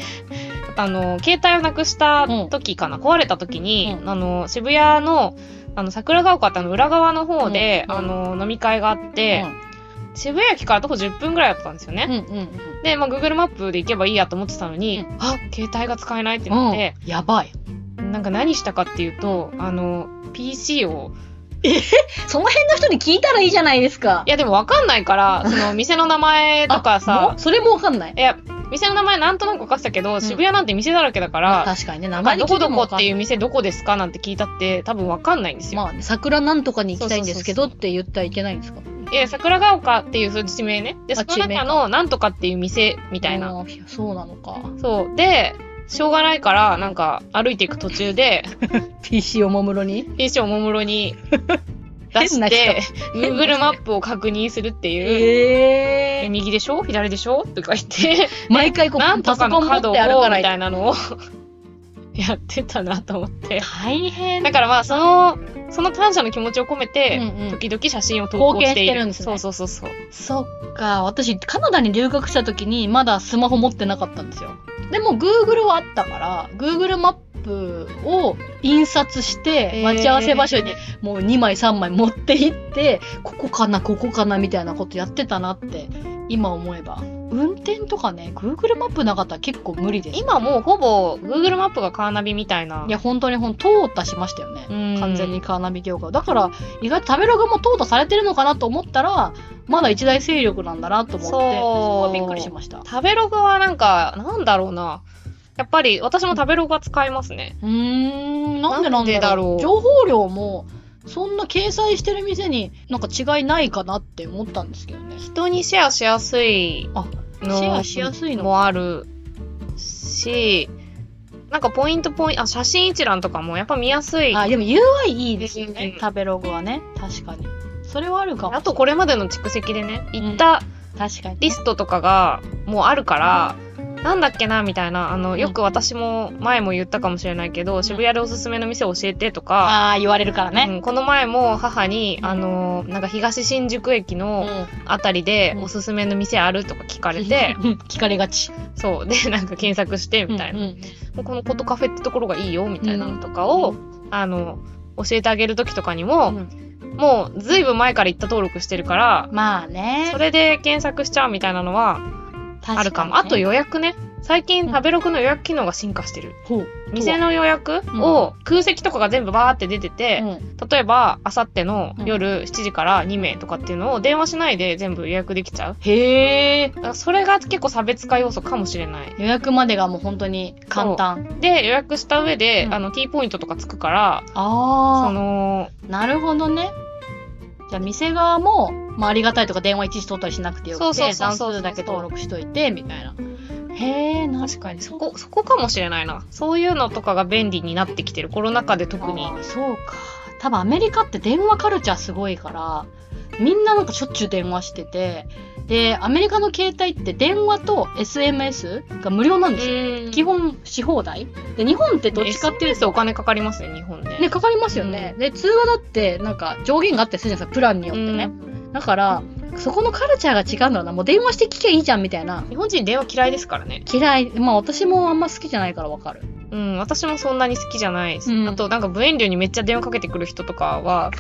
S2: あの携帯をなくした時かな、壊れた時に、
S1: うん
S2: あの渋谷のあの桜ヶ丘ってあの裏側の方で、
S1: うん
S2: あの飲み会があって、渋谷駅から徒歩10分ぐらいだったんですよね、
S1: うんうんうん
S2: で、まあ、Google マップで行けばいいやと思ってたのに、
S1: うん
S2: あ携帯が使えないって
S1: う
S2: なっ
S1: ん。
S2: て、
S1: やばい。
S2: なんか何したかっていうと、あの、PC を、
S1: その辺の人に聞いたらいいじゃないですか
S2: い。やでもわかんない から、その店の名前とか
S1: も
S2: さ
S1: う、それもわかんない。
S2: いや、店の名前なんとなく分かってたけど、渋谷なんて店だらけだから、
S1: 確かにね、名
S2: なんか
S1: 前に
S2: ど
S1: 聞
S2: こ
S1: いて
S2: ど
S1: も
S2: こ
S1: わかん
S2: って
S1: ない
S2: いう店どこですかなんて聞いたって多分わかんないんですよ。
S1: まあね、桜なんとかに行きたいんですけどって言ったらいけないんですかみ
S2: え、桜ヶ丘っていうその地名ね。で、
S1: あ
S2: その
S1: 地名
S2: 中
S1: か
S2: のなんとかっていう店みたいな。。
S1: いやそうなのか。
S2: そう。で、しょうがないから、なんか歩いていく途中で、
S1: PC おもむろに。
S2: 兵士をおもむろに 出
S1: 変
S2: し
S1: な人
S2: て Google マップを確認するっていう、
S1: え
S2: え右でしょ左でしょとか言って
S1: 毎回こ
S2: なん
S1: う、
S2: と
S1: パ
S2: か
S1: ソコ
S2: の
S1: ン持っ
S2: 角を
S1: て
S2: み
S1: あるから
S2: たいなのを やってたなと思って
S1: 大変
S2: だからまあそのその感謝の気持ちを込めて、
S1: うんうん
S2: 時々写真を投稿して
S1: 貢献し
S2: いる
S1: てるんですね
S2: そうそうそうそう
S1: そっか私カナダに留学した時にまだスマホ持ってなかったんですよでも Google はあったから Google マップを印刷し
S2: へー
S1: て待ち合わせ場所にもう2枚3枚持って行ってここかなここかなみたいなことやってたなって今思えば運転とかね Google マップなかったら結構無理です
S2: 今もうほぼ Google マップがカーナビみたいない
S1: や本当にほん通ったしましたよね
S2: うん
S1: 完全にカーナビ業界だから意外と食べログも淘汰されてるのかなと思ったらまだ一大勢力なんだなと思ってそ
S2: そう
S1: こはびっくりしました
S2: 食べログはなんかなんだろうなやっぱり私も食べログは使いますね
S1: うーん、なんでなん
S2: なんで
S1: だろう
S2: だろう
S1: 情報量も、そんな掲載してる店になんか違いないかなって思ったんですけどね。
S2: 人にシェアしやすい
S1: あ
S2: の
S1: シェアしやすいの
S2: もあるしなんかポイントポイントあ写真一覧とかもやっぱ見やすい
S1: あ、
S2: あ
S1: でも UI いいですよね
S2: うん。
S1: 食べログはね。確かに。それはあるかも。
S2: とこれまでの蓄積でね行った
S1: 確かにね。
S2: リストとかがもうあるから、なんだっけなみたいなあのよく私も前も言ったかもしれないけど、渋谷でおすすめの店教えてとか、
S1: ああ、言われるから
S2: う
S1: ね。
S2: んこの前も母に、
S1: うん
S2: あのなんか東新宿駅
S1: う
S2: の
S1: ん。
S2: あたりで
S1: うん
S2: おすすめの店あるとか聞かれて、
S1: 聞かれがち。
S2: そうでなんか検索してみたいな、
S1: うんうん
S2: このコトカフェってところがいいよみたいなのとかを、あの教えてあげる時とかにも、
S1: うん
S2: もうずいぶん前から行った登録してるから、
S1: まあね。
S2: それで検索しちゃうみたいなのはあるかも。あと
S1: よ。
S2: 予約ね。最近
S1: うん
S2: 食べログの予約機能が進化してる。
S1: ほう。
S2: 店の予約を空席とかが全部バーって出てて、
S1: うん
S2: 例えばあさっての夜7時から2名とかっていうのを電話しないで全部予約できちゃう。
S1: へえ。
S2: だからそれが結構差別化要素かもしれない。
S1: 予約までがもう本当に簡単。
S2: で予約した上で、
S1: うん
S2: あの T ポイントとかつくからそ
S1: あ
S2: の
S1: あ。なるほどね。じゃあ店側も、まあ、ありがたいとか電話いちいち取ったりしなくてよくて
S2: そうそうそう
S1: 算
S2: そう
S1: 数だけ登録しといてみたいな。へえ、確かに
S2: そこそこかもしれないなそういうのとかが便利になってきてるコロナ禍で特に
S1: そうか。多分アメリカって電話カルチャーすごいから、みんななんかしょっちゅう電話してて、で、アメリカの携帯って電話と SMS が無料なんですよ。基本し放題。で、日本ってどっちかっていう
S2: SNS お
S1: と、
S2: 金かかりますね日本ね
S1: ね、かかりますよね。で、通話だってなんか上限があってするじゃないですか、プランによってね。だから、そこのカルチャーが違うんだろうな。もう電話して聞けばいいじゃんみたいな。
S2: 日本人電話嫌いですからね
S1: 嫌い。まあ私もあんま好きじゃないからわかる。
S2: うん私もそんなに好きじゃないです、
S1: うん
S2: あとなんか無遠慮にめっちゃ電話かけてくる人と かは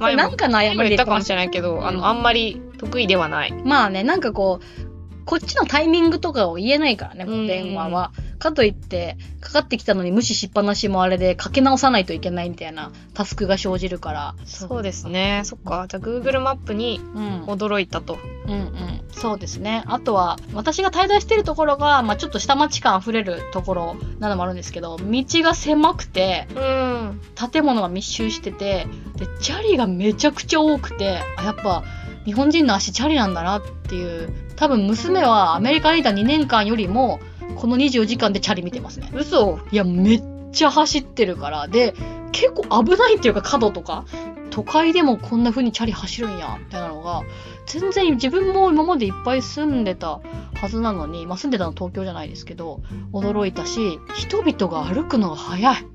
S2: 前
S1: な
S2: も
S1: んかの謝
S2: 前も
S1: り
S2: 言
S1: で
S2: ったかもしれないけどあ
S1: う
S2: の
S1: ん
S2: あんまり得意ではない
S1: まあね、なんかこう、こっちのタイミングとかを言えないからね、この電話は。かといって、かかってきたのに無視しっぱなしもあれで、かけ直さないといけないみたいなタスクが生じるから。
S2: そうですねそっかじゃあ Google マップに
S1: うん。うん
S2: 驚いたと
S1: うん。そうですね。あとは、私が滞在してるところが、まあちょっと下町感溢れるところなのもあるんですけど、道が狭くて、
S2: うん
S1: 建物が密集してて、で、チャリがめちゃくちゃ多くて、あやっぱ、日本人の足チャリなんだなっていう、多分娘はアメリカにいた2年間よりも、この24時間でチャリ見てますね。
S2: 嘘
S1: いや、めっちゃ走ってるから、で、結構危ないっていうか、角とか、都会でもこんな風にチャリ走るんや、みたいなのが、全然自分も今までいっぱい住んでたはずなのに、まあ、住んでたの東京じゃないですけど、驚いたし、人々が歩くのが早い。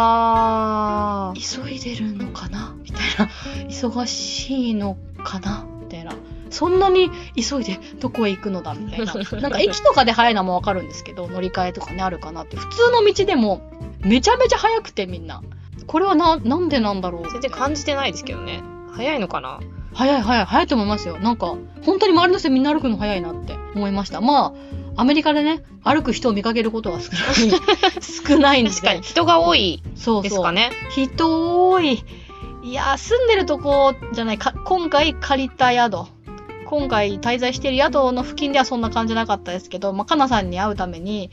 S2: あー
S1: 急いでるのかなみたいな忙しいのかなみたいなそんなに急いでどこへ行くのだみたいななんか駅とかで早いのもわかるんですけど乗り換えとかねあるかなって普通の道でもめちゃめちゃ早くてみんなこれはななんでなんだろう
S2: 全然感じてないですけどね早いのかな
S1: 早い早い早いと思いますよなんか本当に周りの人みんな歩くの早いなって思いましたまあアメリカでね歩く人を見かけることは少ない 少ないんで
S2: 確かに人が多い
S1: そうそう
S2: ですかね
S1: 人多い。いやー、住んでるとこじゃないか、今回借りた宿。今回滞在してる宿の付近ではそんな感じなかったですけど、まあ、かなさんに会うために、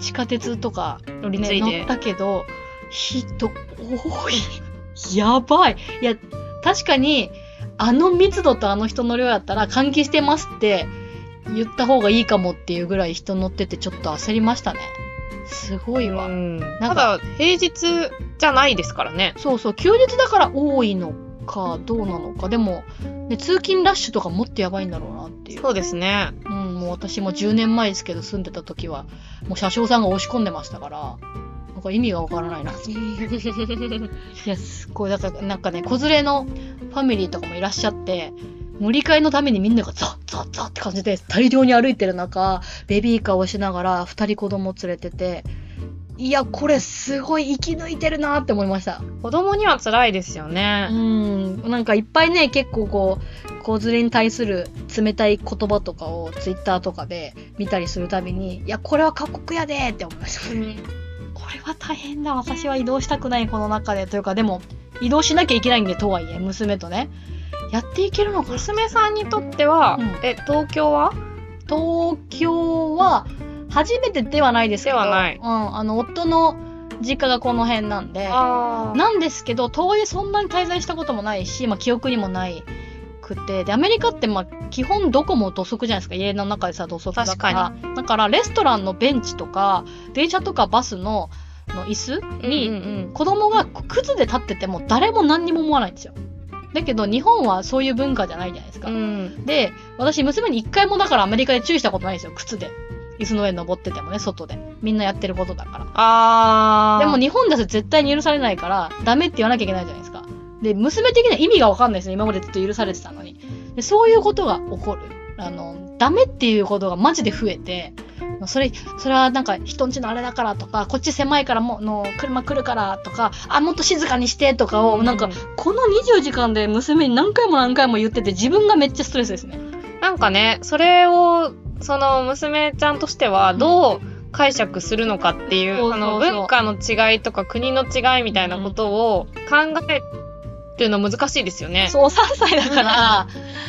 S1: 地下鉄とか、
S2: 乗り
S1: ね
S2: 継い
S1: 乗
S2: で
S1: ったけど、人多い。やばい。いや、確かに、あの密度とあの人の量やったら、換気してますって言った方がいいかもっていうぐらい人乗ってて、ちょっと焦りましたね。すごいわ。
S2: うん
S1: なんか
S2: ただ平日じゃないですからね
S1: そうそう、休日だから多いのかどうなのか、でも、ね、通勤ラッシュとかもっとやばいんだろうなっていう。
S2: そうで すね
S1: うん、もう私も10年前ですけど住んでた時は、もう車掌さんが押し込んでましたから、なんか意味がわから ないなって。いや、すごい、だからなんかね、子連れのファミリーとかもいらっしゃって、乗り換えのためにみんながザッザッザッって感じで大量に歩いてる中、ベビーカーを押しながら2人子供連れてて、いや、これすごい生き抜いてるなって思いました。
S2: 子供には辛いですよね、
S1: うん、なんかいっぱいね結構こう子連れに対する冷たい言葉とかをツイッターとかで見たりするたびにいやこれは過酷やでーって思いました、これは大変だ私は移動したくないこの中でというかでも移動しなきゃいけないんでとはいえ娘とねやっていけるのかな
S2: 娘さんにとっては、
S1: うん
S2: え東京は
S1: 東京は初めてではないですけど
S2: ではない
S1: うん、あの夫の実家がこの辺なんで
S2: あー
S1: なんですけど、とはいえそんなに滞在したこともないし、まあ、記憶にもないくて、で、アメリカって、まあ、基本どこも土足じゃないですか。家の中でさ、土足だから。
S2: 確
S1: だから、レストランのベンチとか、電車とかバスの、の椅子に、
S2: うんうん
S1: 子供が靴で立ってても誰も何にも思わないんですよ。だけど、日本はそういう文化じゃないじゃないですか。
S2: うん
S1: で、私、娘に一回もだからアメリカで注意したことないんですよ。靴で。椅子の上に登っててもね、外で。みんなやってることだから。
S2: あ
S1: でも
S2: ー
S1: 日本だと絶対に許されないから、ダメって言わなきゃいけないじゃないですか。で、娘的には意味がわかんないですね。今までずっと許されてたのに。でそういうことが起こる。あの、ダメっていうことがマジで増えて、それ、それはなんか人んちのあれだからとか、こっち狭いからもうの車来るからとか、あ、もっと静かにしてとかを、なんか、この24時間で娘に何回も何回も言ってて、自分がめっちゃストレスですね。
S2: なんかねそれをその娘ちゃんとしてはどう解釈するのかっていう、
S1: そうそう
S2: あ
S1: そう
S2: の文化の違いとか国の違いみたいなことを考えるの難しいですよね。
S1: そう、3歳だから、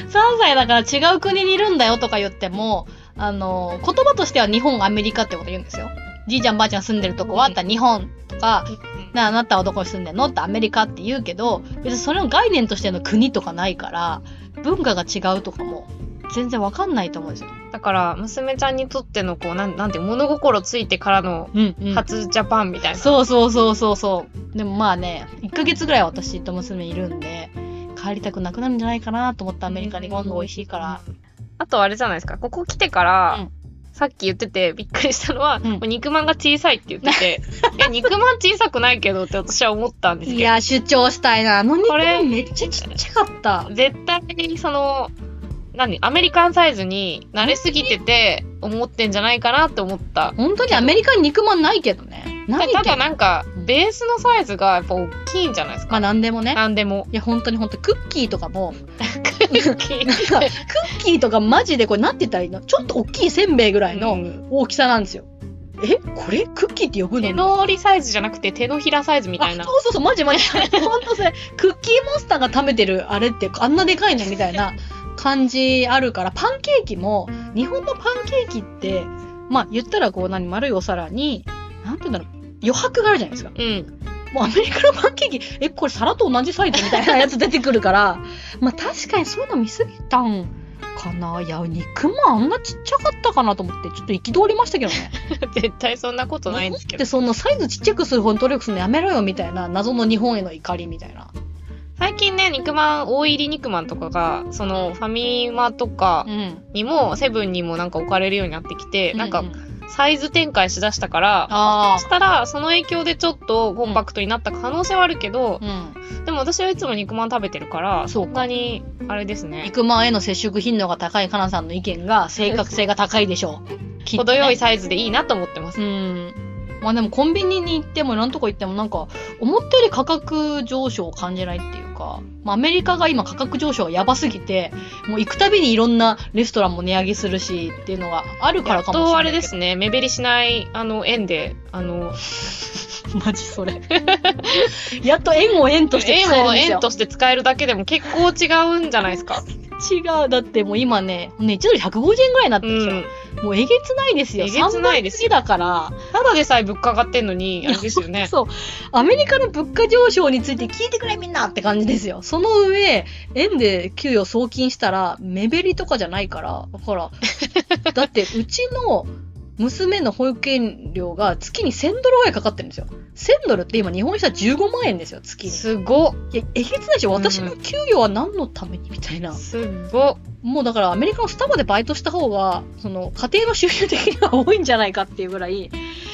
S1: 3歳だから違う国にいるんだよとか言っても、あの、言葉としては日本、アメリカってこと言うんですよ。じいちゃんばあちゃん住んでるとこはあったら日本とか、なあなたはどこに住んでんのってアメリカって言うけど、別にそれの概念としての国とかないから、文化が違うとかも全然わかんないと思うんですよ。
S2: だから娘ちゃんにとってのこうなんなんて物心ついてからの
S1: うん、
S2: 初ジャパンみたいな。
S1: そうそうそうそうそう。でもまあね、1ヶ月ぐらい私と娘いるんで、帰りたくなくなるんじゃないかなと思ったアメリカに今度美味しいから。
S2: あとあれじゃないですか、ここ来てから、
S1: うん
S2: さっき言っててびっくりしたのは、
S1: ん
S2: もう肉まんが小さいって言って て、いや、肉まん小さくないけどって私は思ったんです
S1: い
S2: け
S1: や、主張したいな。あの肉
S2: これ
S1: めっちゃちっちゃかった
S2: ど、。絶対にその、何、アメリカンサイズに慣れすぎてて思ってんじゃないかなって思った。
S1: 本当にアメリカに肉まんないけどね。ないけ
S2: た
S1: ど。
S2: だなんか
S1: うん、
S2: ベースのサイズがやっぱ大きいんじゃないです
S1: まあ
S2: か。
S1: 何でもね。
S2: なんで も。
S1: いや、本当に本当クッキーとかも、
S2: 大きい
S1: なんか、クッキーとかマジでこれなんて言ったらいいのちょっと大きいせんべいぐらいの
S2: うん
S1: 大きさなんですよ。えこれクッキーって呼ぶの
S2: 手の折りサイズじゃなくて手のひらサイズみたいな
S1: あ。そうそうそう、マジマジ。 ほんとそれ、クッキーモンスターが食べてるあれってあんなでかいのみたいな感じあるから、パンケーキも、日本のパンケーキって、まあ言ったらこう何、丸いお皿に、なんて言うんだろう、余白があるじゃないですか。
S2: うん。
S1: もうアメリカのパンケーキ、え、これ皿と同じサイズみたいなやつ出てくるから、まあ確かにそういうの見すぎたんかな。いや、肉もあんなちっちゃかったかなと思って、ちょっと憤りましたけどね。
S2: 絶対そんなことないんです
S1: 日本
S2: け
S1: って
S2: ど。
S1: そんなサイズちっちゃくする方に努力するのやめろよみたいな、謎の日本への怒りみたいな。
S2: 最近ね、肉まん、大入り肉まんとかが、そのファミマとか
S1: うん。
S2: にも、セブンにもなんか置かれるようになってきて、なん
S1: う
S2: か
S1: う
S2: サイズ展開しだしたから、
S1: あ
S2: そしたら、その影響でちょっとコンパクトになった可能性はあるけど
S1: あ。、うん。
S2: でも私はいつも肉まん食べてるから、
S1: そう
S2: そ
S1: か
S2: んなに、あれですね、
S1: 肉まんへの接触頻度が高いかなさんの意見が正確性が高いでしょう。きっとね
S2: 程よいサイズでいいなと思ってます。
S1: うん。まあでもコンビニに行ってもいろんなとこ行ってもなんか思ったより価格上昇を感じないっていうか、まあ、アメリカが今価格上昇がやばすぎてもう行くたびにいろんなレストランも値上げするしっていうのがあるか
S2: や
S1: ら
S2: っ
S1: かもしれ
S2: と
S1: な
S2: あ
S1: い
S2: れ
S1: けど
S2: ですね、目減りしない、あの、円で、あの、
S1: マジそれやっと円を円として使え
S2: 円
S1: るん
S2: を
S1: ですよ
S2: 円として使えるだけでも結構違うんじゃないですか。
S1: 違うだってもう今ねね1ドル150円ぐらいになって
S2: う
S1: るでしょ、
S2: ん。
S1: もうえげつないですよ。
S2: えげつないです
S1: 3倍過ぎだから。
S2: ただでさえ物価上がってんのに、あれですよね。
S1: そう。アメリカの物価上昇について聞いてくれみんなって感じですよ。その上、円で給与送金したら、目減りとかじゃないから。だ から、だってうちの娘の保育園料が月に1000ドルぐらいかかってるんですよ。1000ドルって今日本にしたら15万円ですよ、月に。
S2: すごっ
S1: いや、えげつないでしょ。私の給与は何のためにみたいな。
S2: すごっ
S1: もうだからアメリカのスタバでバイトした方が、その家庭の収入的には多いんじゃないかっていうぐらい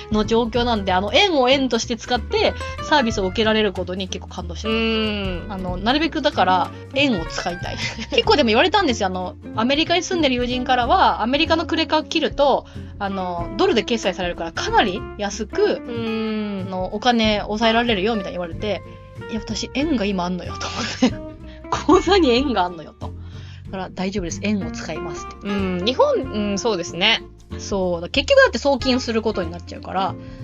S1: の状況なんで、あの、円を円として使ってサービスを受けられることに結構感動し
S2: う
S1: てる。
S2: ーん。
S1: あの、なるべくだから、円を使いたい。結構でも言われたんですよ。あの、アメリカに住んでる友人からは、アメリカのクレカを切ると、あの、ドルで決済されるからかなり安く、
S2: うー
S1: あ
S2: ん。
S1: の、お金抑えられるよみたいに言われて、いや、私、円が今あんのよ、と思って。 口座に円があんのよ、と。だから大丈夫です。円を使いますって。
S2: うん、日本、うん、そうですね。
S1: そうだ結局だって送金することになっちゃうか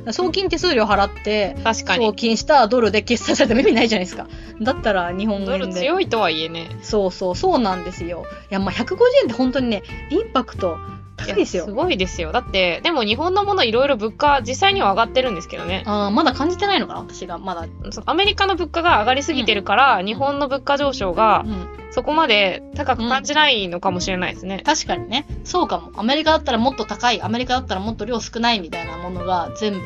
S1: ら送金手数料払って
S2: 確か
S1: 送
S2: に。
S1: 金したドルで決済されたら意味ないじゃないですかだったら日本
S2: ドル
S1: 円で
S2: 強いとはいえね。
S1: そうそうそうなんですよいやまあ150円って本当にねインパクト高いです
S2: や
S1: よ
S2: ごいですよ。だって、でも日本のものいろいろ物価、実際には上がってるんですけどね。
S1: あーまだ感じてないのかな私がまだ、
S2: そのアメリカの物価が上がりすぎてるから、日本の物価上昇が
S1: うん、
S2: そこまで高く感じないのかもしれないですね。
S1: 確かにねそうかもアメリカだったらもっと高いアメリカだったらもっと量少ないみたいなものが全部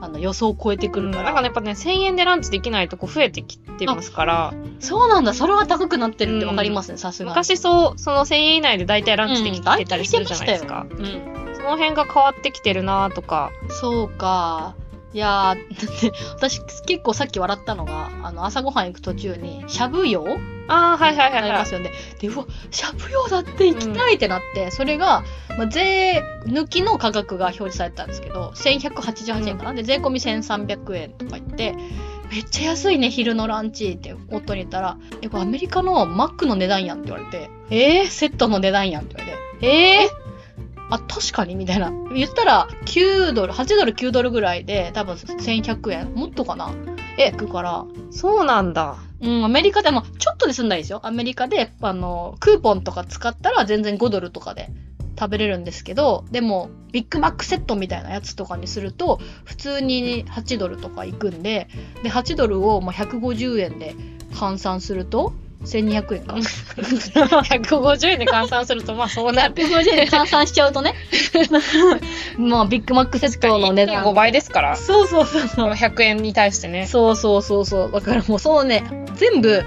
S1: あの予想を超えてく
S2: う
S1: る
S2: ん
S1: か
S2: な
S1: ら、
S2: んかね、やっぱね、1000円でランチできないとこ増えてきてますから、
S1: そうなんだそれは高くなってるって分かりますねさすがに
S2: 昔そう、その1000円以内で大体ランチできてたりするじゃないですか。
S1: うん
S2: その辺が変わってきてるなとか。
S1: そうか。いやー、だって、私結構さっき笑ったのが、あの、朝ごはん行く途中に、しゃぶ用
S2: ああ、はいはい
S1: あ
S2: はい
S1: り
S2: は
S1: ま
S2: い。
S1: すよね。で、うわ、しゃぶ用だって行きたいってなって、それが、まあ、税抜きの価格が表示されてたんですけど、1188円かな、で、税込み1300円とか言って、めっちゃ安いね、昼のランチって夫に言ったら、え、これアメリカのマックの値段やんって言われて、えー、セットの値段やんって言われて、
S2: ええ
S1: あ、確かにみたいな。言ったら、9ドル、8ドル、9ドルぐらいで、多分1100円、もっとかなえ、行くから。
S2: そうなんだ。
S1: うん、アメリカでも、ちょっとで済んだらいいですよ。アメリカで、あの、クーポンとか使ったら全然5ドルとかで食べれるんですけど、でも、ビッグマックセットみたいなやつとかにすると、普通に8ドルとか行くんで、で、8ドルをまあ150円で換算すると、1200円か。
S2: 150円で換算すると、まあそうなって。
S1: 150円で換算しちゃうとね。 まあ、ビッグマックセットの値段。
S2: 1.5倍ですから。
S1: そうそうそうそ
S2: こ
S1: う。
S2: の100円に対してね。
S1: そうそうそうそう。だからもうそのね、全部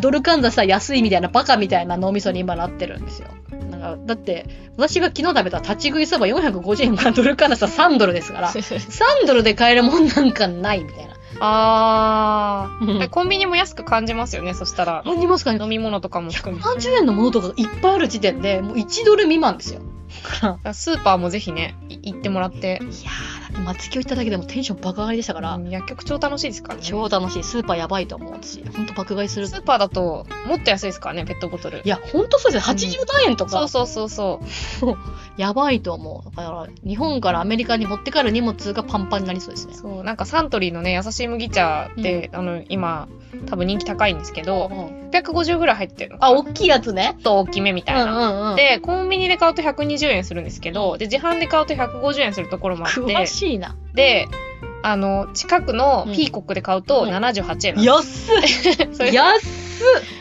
S1: ドル換算したら安いみたいなバカみたいな脳みそに今なってるんですよ。なんかだって私が昨日食べた立ち食いそば450円がドル換算したら3ドルです から3ドルで買えるもんなんかないみたいな。
S2: あ
S1: う
S2: ー
S1: ん
S2: コンビニも安く感じますよねそしたら
S1: 感じますかね
S2: 飲み物とかも含め
S1: 130円のものとかがいっぱいある時点でもう1ドル未満ですよ。
S2: スーパーもぜひねい行ってもらって
S1: いやーだって松木を行っただけでもテンション爆上がりでしたから、
S2: うん薬局超楽しいですからね
S1: 超楽しいスーパーやばいと思う私ほんと爆買いする
S2: スーパーだともっと安いですからねペットボト
S1: い
S2: ル
S1: やほんとそうですよ80何円とか、
S2: そうそうそうそう
S1: やばいと思うだから日本からアメリカに持って帰る荷物がパンパンになりそうですね
S2: そうなんかサントリーのね優しい麦茶って、あの今多分人気高いんですけど650ぐらい入ってるの
S1: あ大きいやつね
S2: ちょっと大きめみたいな、
S1: うんうんうん
S2: でコンビニで買うと120円するんですけどで自販で買うと150円するところもあって
S1: 詳しいな
S2: であの近くのピーコックで買うと
S1: うん
S2: 78円なんで
S1: 安っ
S2: す、それ
S1: 安っ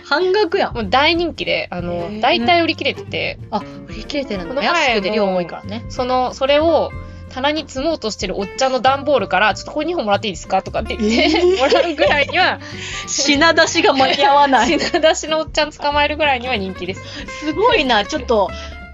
S1: 半額やん
S2: もう大人気であ
S1: へ
S2: の
S1: ー
S2: 大体売り切れてて
S1: あ売り切れてるん
S2: こ
S1: だ
S2: の
S1: 安
S2: 前も
S1: くて量多いからね
S2: そのそれを棚に積もうとしてるおっちゃんの段ボールから「ちょっとこれ2本もらっていいですか?」とかって言って、
S1: えー
S2: もらうぐらいには
S1: 品出しが間に合わ ない
S2: 品出しのおっちゃん捕まえるぐらいには人気です
S1: すごいなちょっと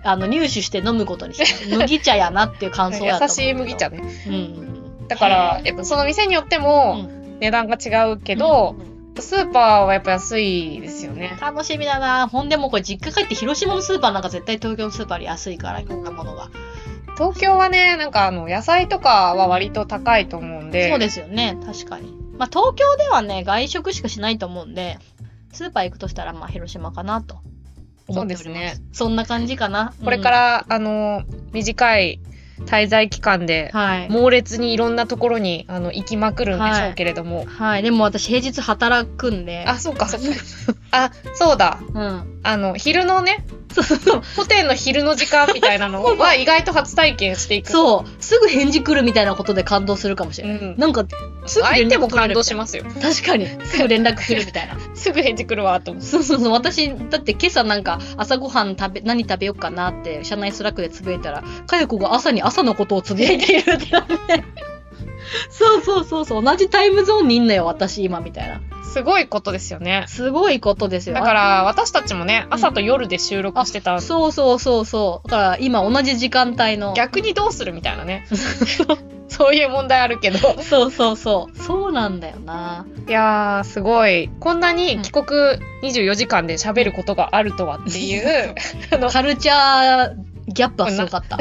S1: あの入手して飲むことに した麦茶やなっていう感想やと
S2: 優
S1: 思う
S2: しい麦茶ね
S1: うん
S2: だからやっぱその店によっても値段が違うけど、スーパーはやっぱ安いですよね
S1: 楽しみだなほんでもうこれ実家帰って広島のスーパーなんか絶対東京のスーパーより安いからいろんなものが、
S2: 東京はねなんかあの野菜とかは割と高いと思うんで
S1: そうですよね確かにまあ東京ではね外食しかしないと思うんでスーパー行くとしたらまあ広島かなと思っております
S2: そうです
S1: そんな感じかな
S2: これか、ら、あの短い滞在期間で
S1: うんはい
S2: 猛烈にいろんなところにあの行きまくるんでしょうけれども、
S1: はいでも私平日働くんで
S2: あそうかそうかあそうだ
S1: うん
S2: あの昼のね
S1: そうそうそう
S2: ホテルの昼の時間みたいな のは意外と初体験していく
S1: そうすぐ返事来るみたいなことで感動するかもしれ
S2: う
S1: ない、
S2: ん、
S1: なんかすぐ連
S2: 相手も
S1: 絡来
S2: 感
S1: る
S2: 動しますよ
S1: 確かにすぐ連絡来るみたいな
S2: すぐ返事来るわと思って
S1: そうそうそう私だって今朝なんか朝ごはん食べ何食べようかなって社内スラックでつぶやいたらかよこが朝に朝のことをつぶやいているってなってそうそうそうそう同じタイムゾーンにいんのよ私今みたいな
S2: すごいことですよね
S1: すごいことですよ
S2: だから私たちもね朝と夜で収録してた、
S1: あそうそうそうそうだから今同じ時間帯の
S2: 逆にどうするみたいなねそういう問題あるけど
S1: そうそうそうそうなんだよない
S2: やーすごいこんなに帰国24時間で喋ることがあるとはっていう、の
S1: カルチャーギャップはすごかった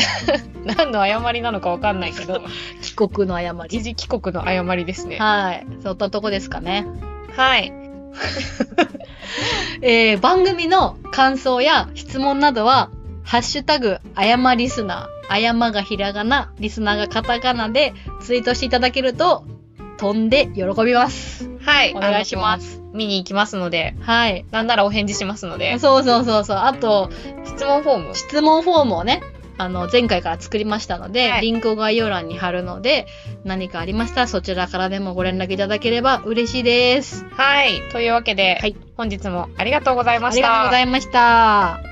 S2: 何の誤りなのかわかんないけど
S1: 帰国の誤
S2: 一
S1: り
S2: 時帰国の誤りですね
S1: はいそんなとこですかね
S2: はい
S1: えー番組の感想や質問などは、ハッシュタグ、あやまリスナー、あやまがひらがな、リスナーがカタカナでツイートしていただけると、飛んで喜びます。
S2: はい
S1: お願いします。
S2: あの見に行きますので
S1: はい。
S2: なんならお返事しますので
S1: そうそうそうそう。あと、
S2: 質問フォーム
S1: 質問フォームをね、あの、前回から作りましたので、
S2: はい
S1: リンクを概要欄に貼るので、何かありましたらそちらからでもご連絡いただければ嬉しいです。
S2: はいというわけで、
S1: はい
S2: 本日もありがとうござい
S1: あ
S2: まし
S1: り
S2: た
S1: がとうございました。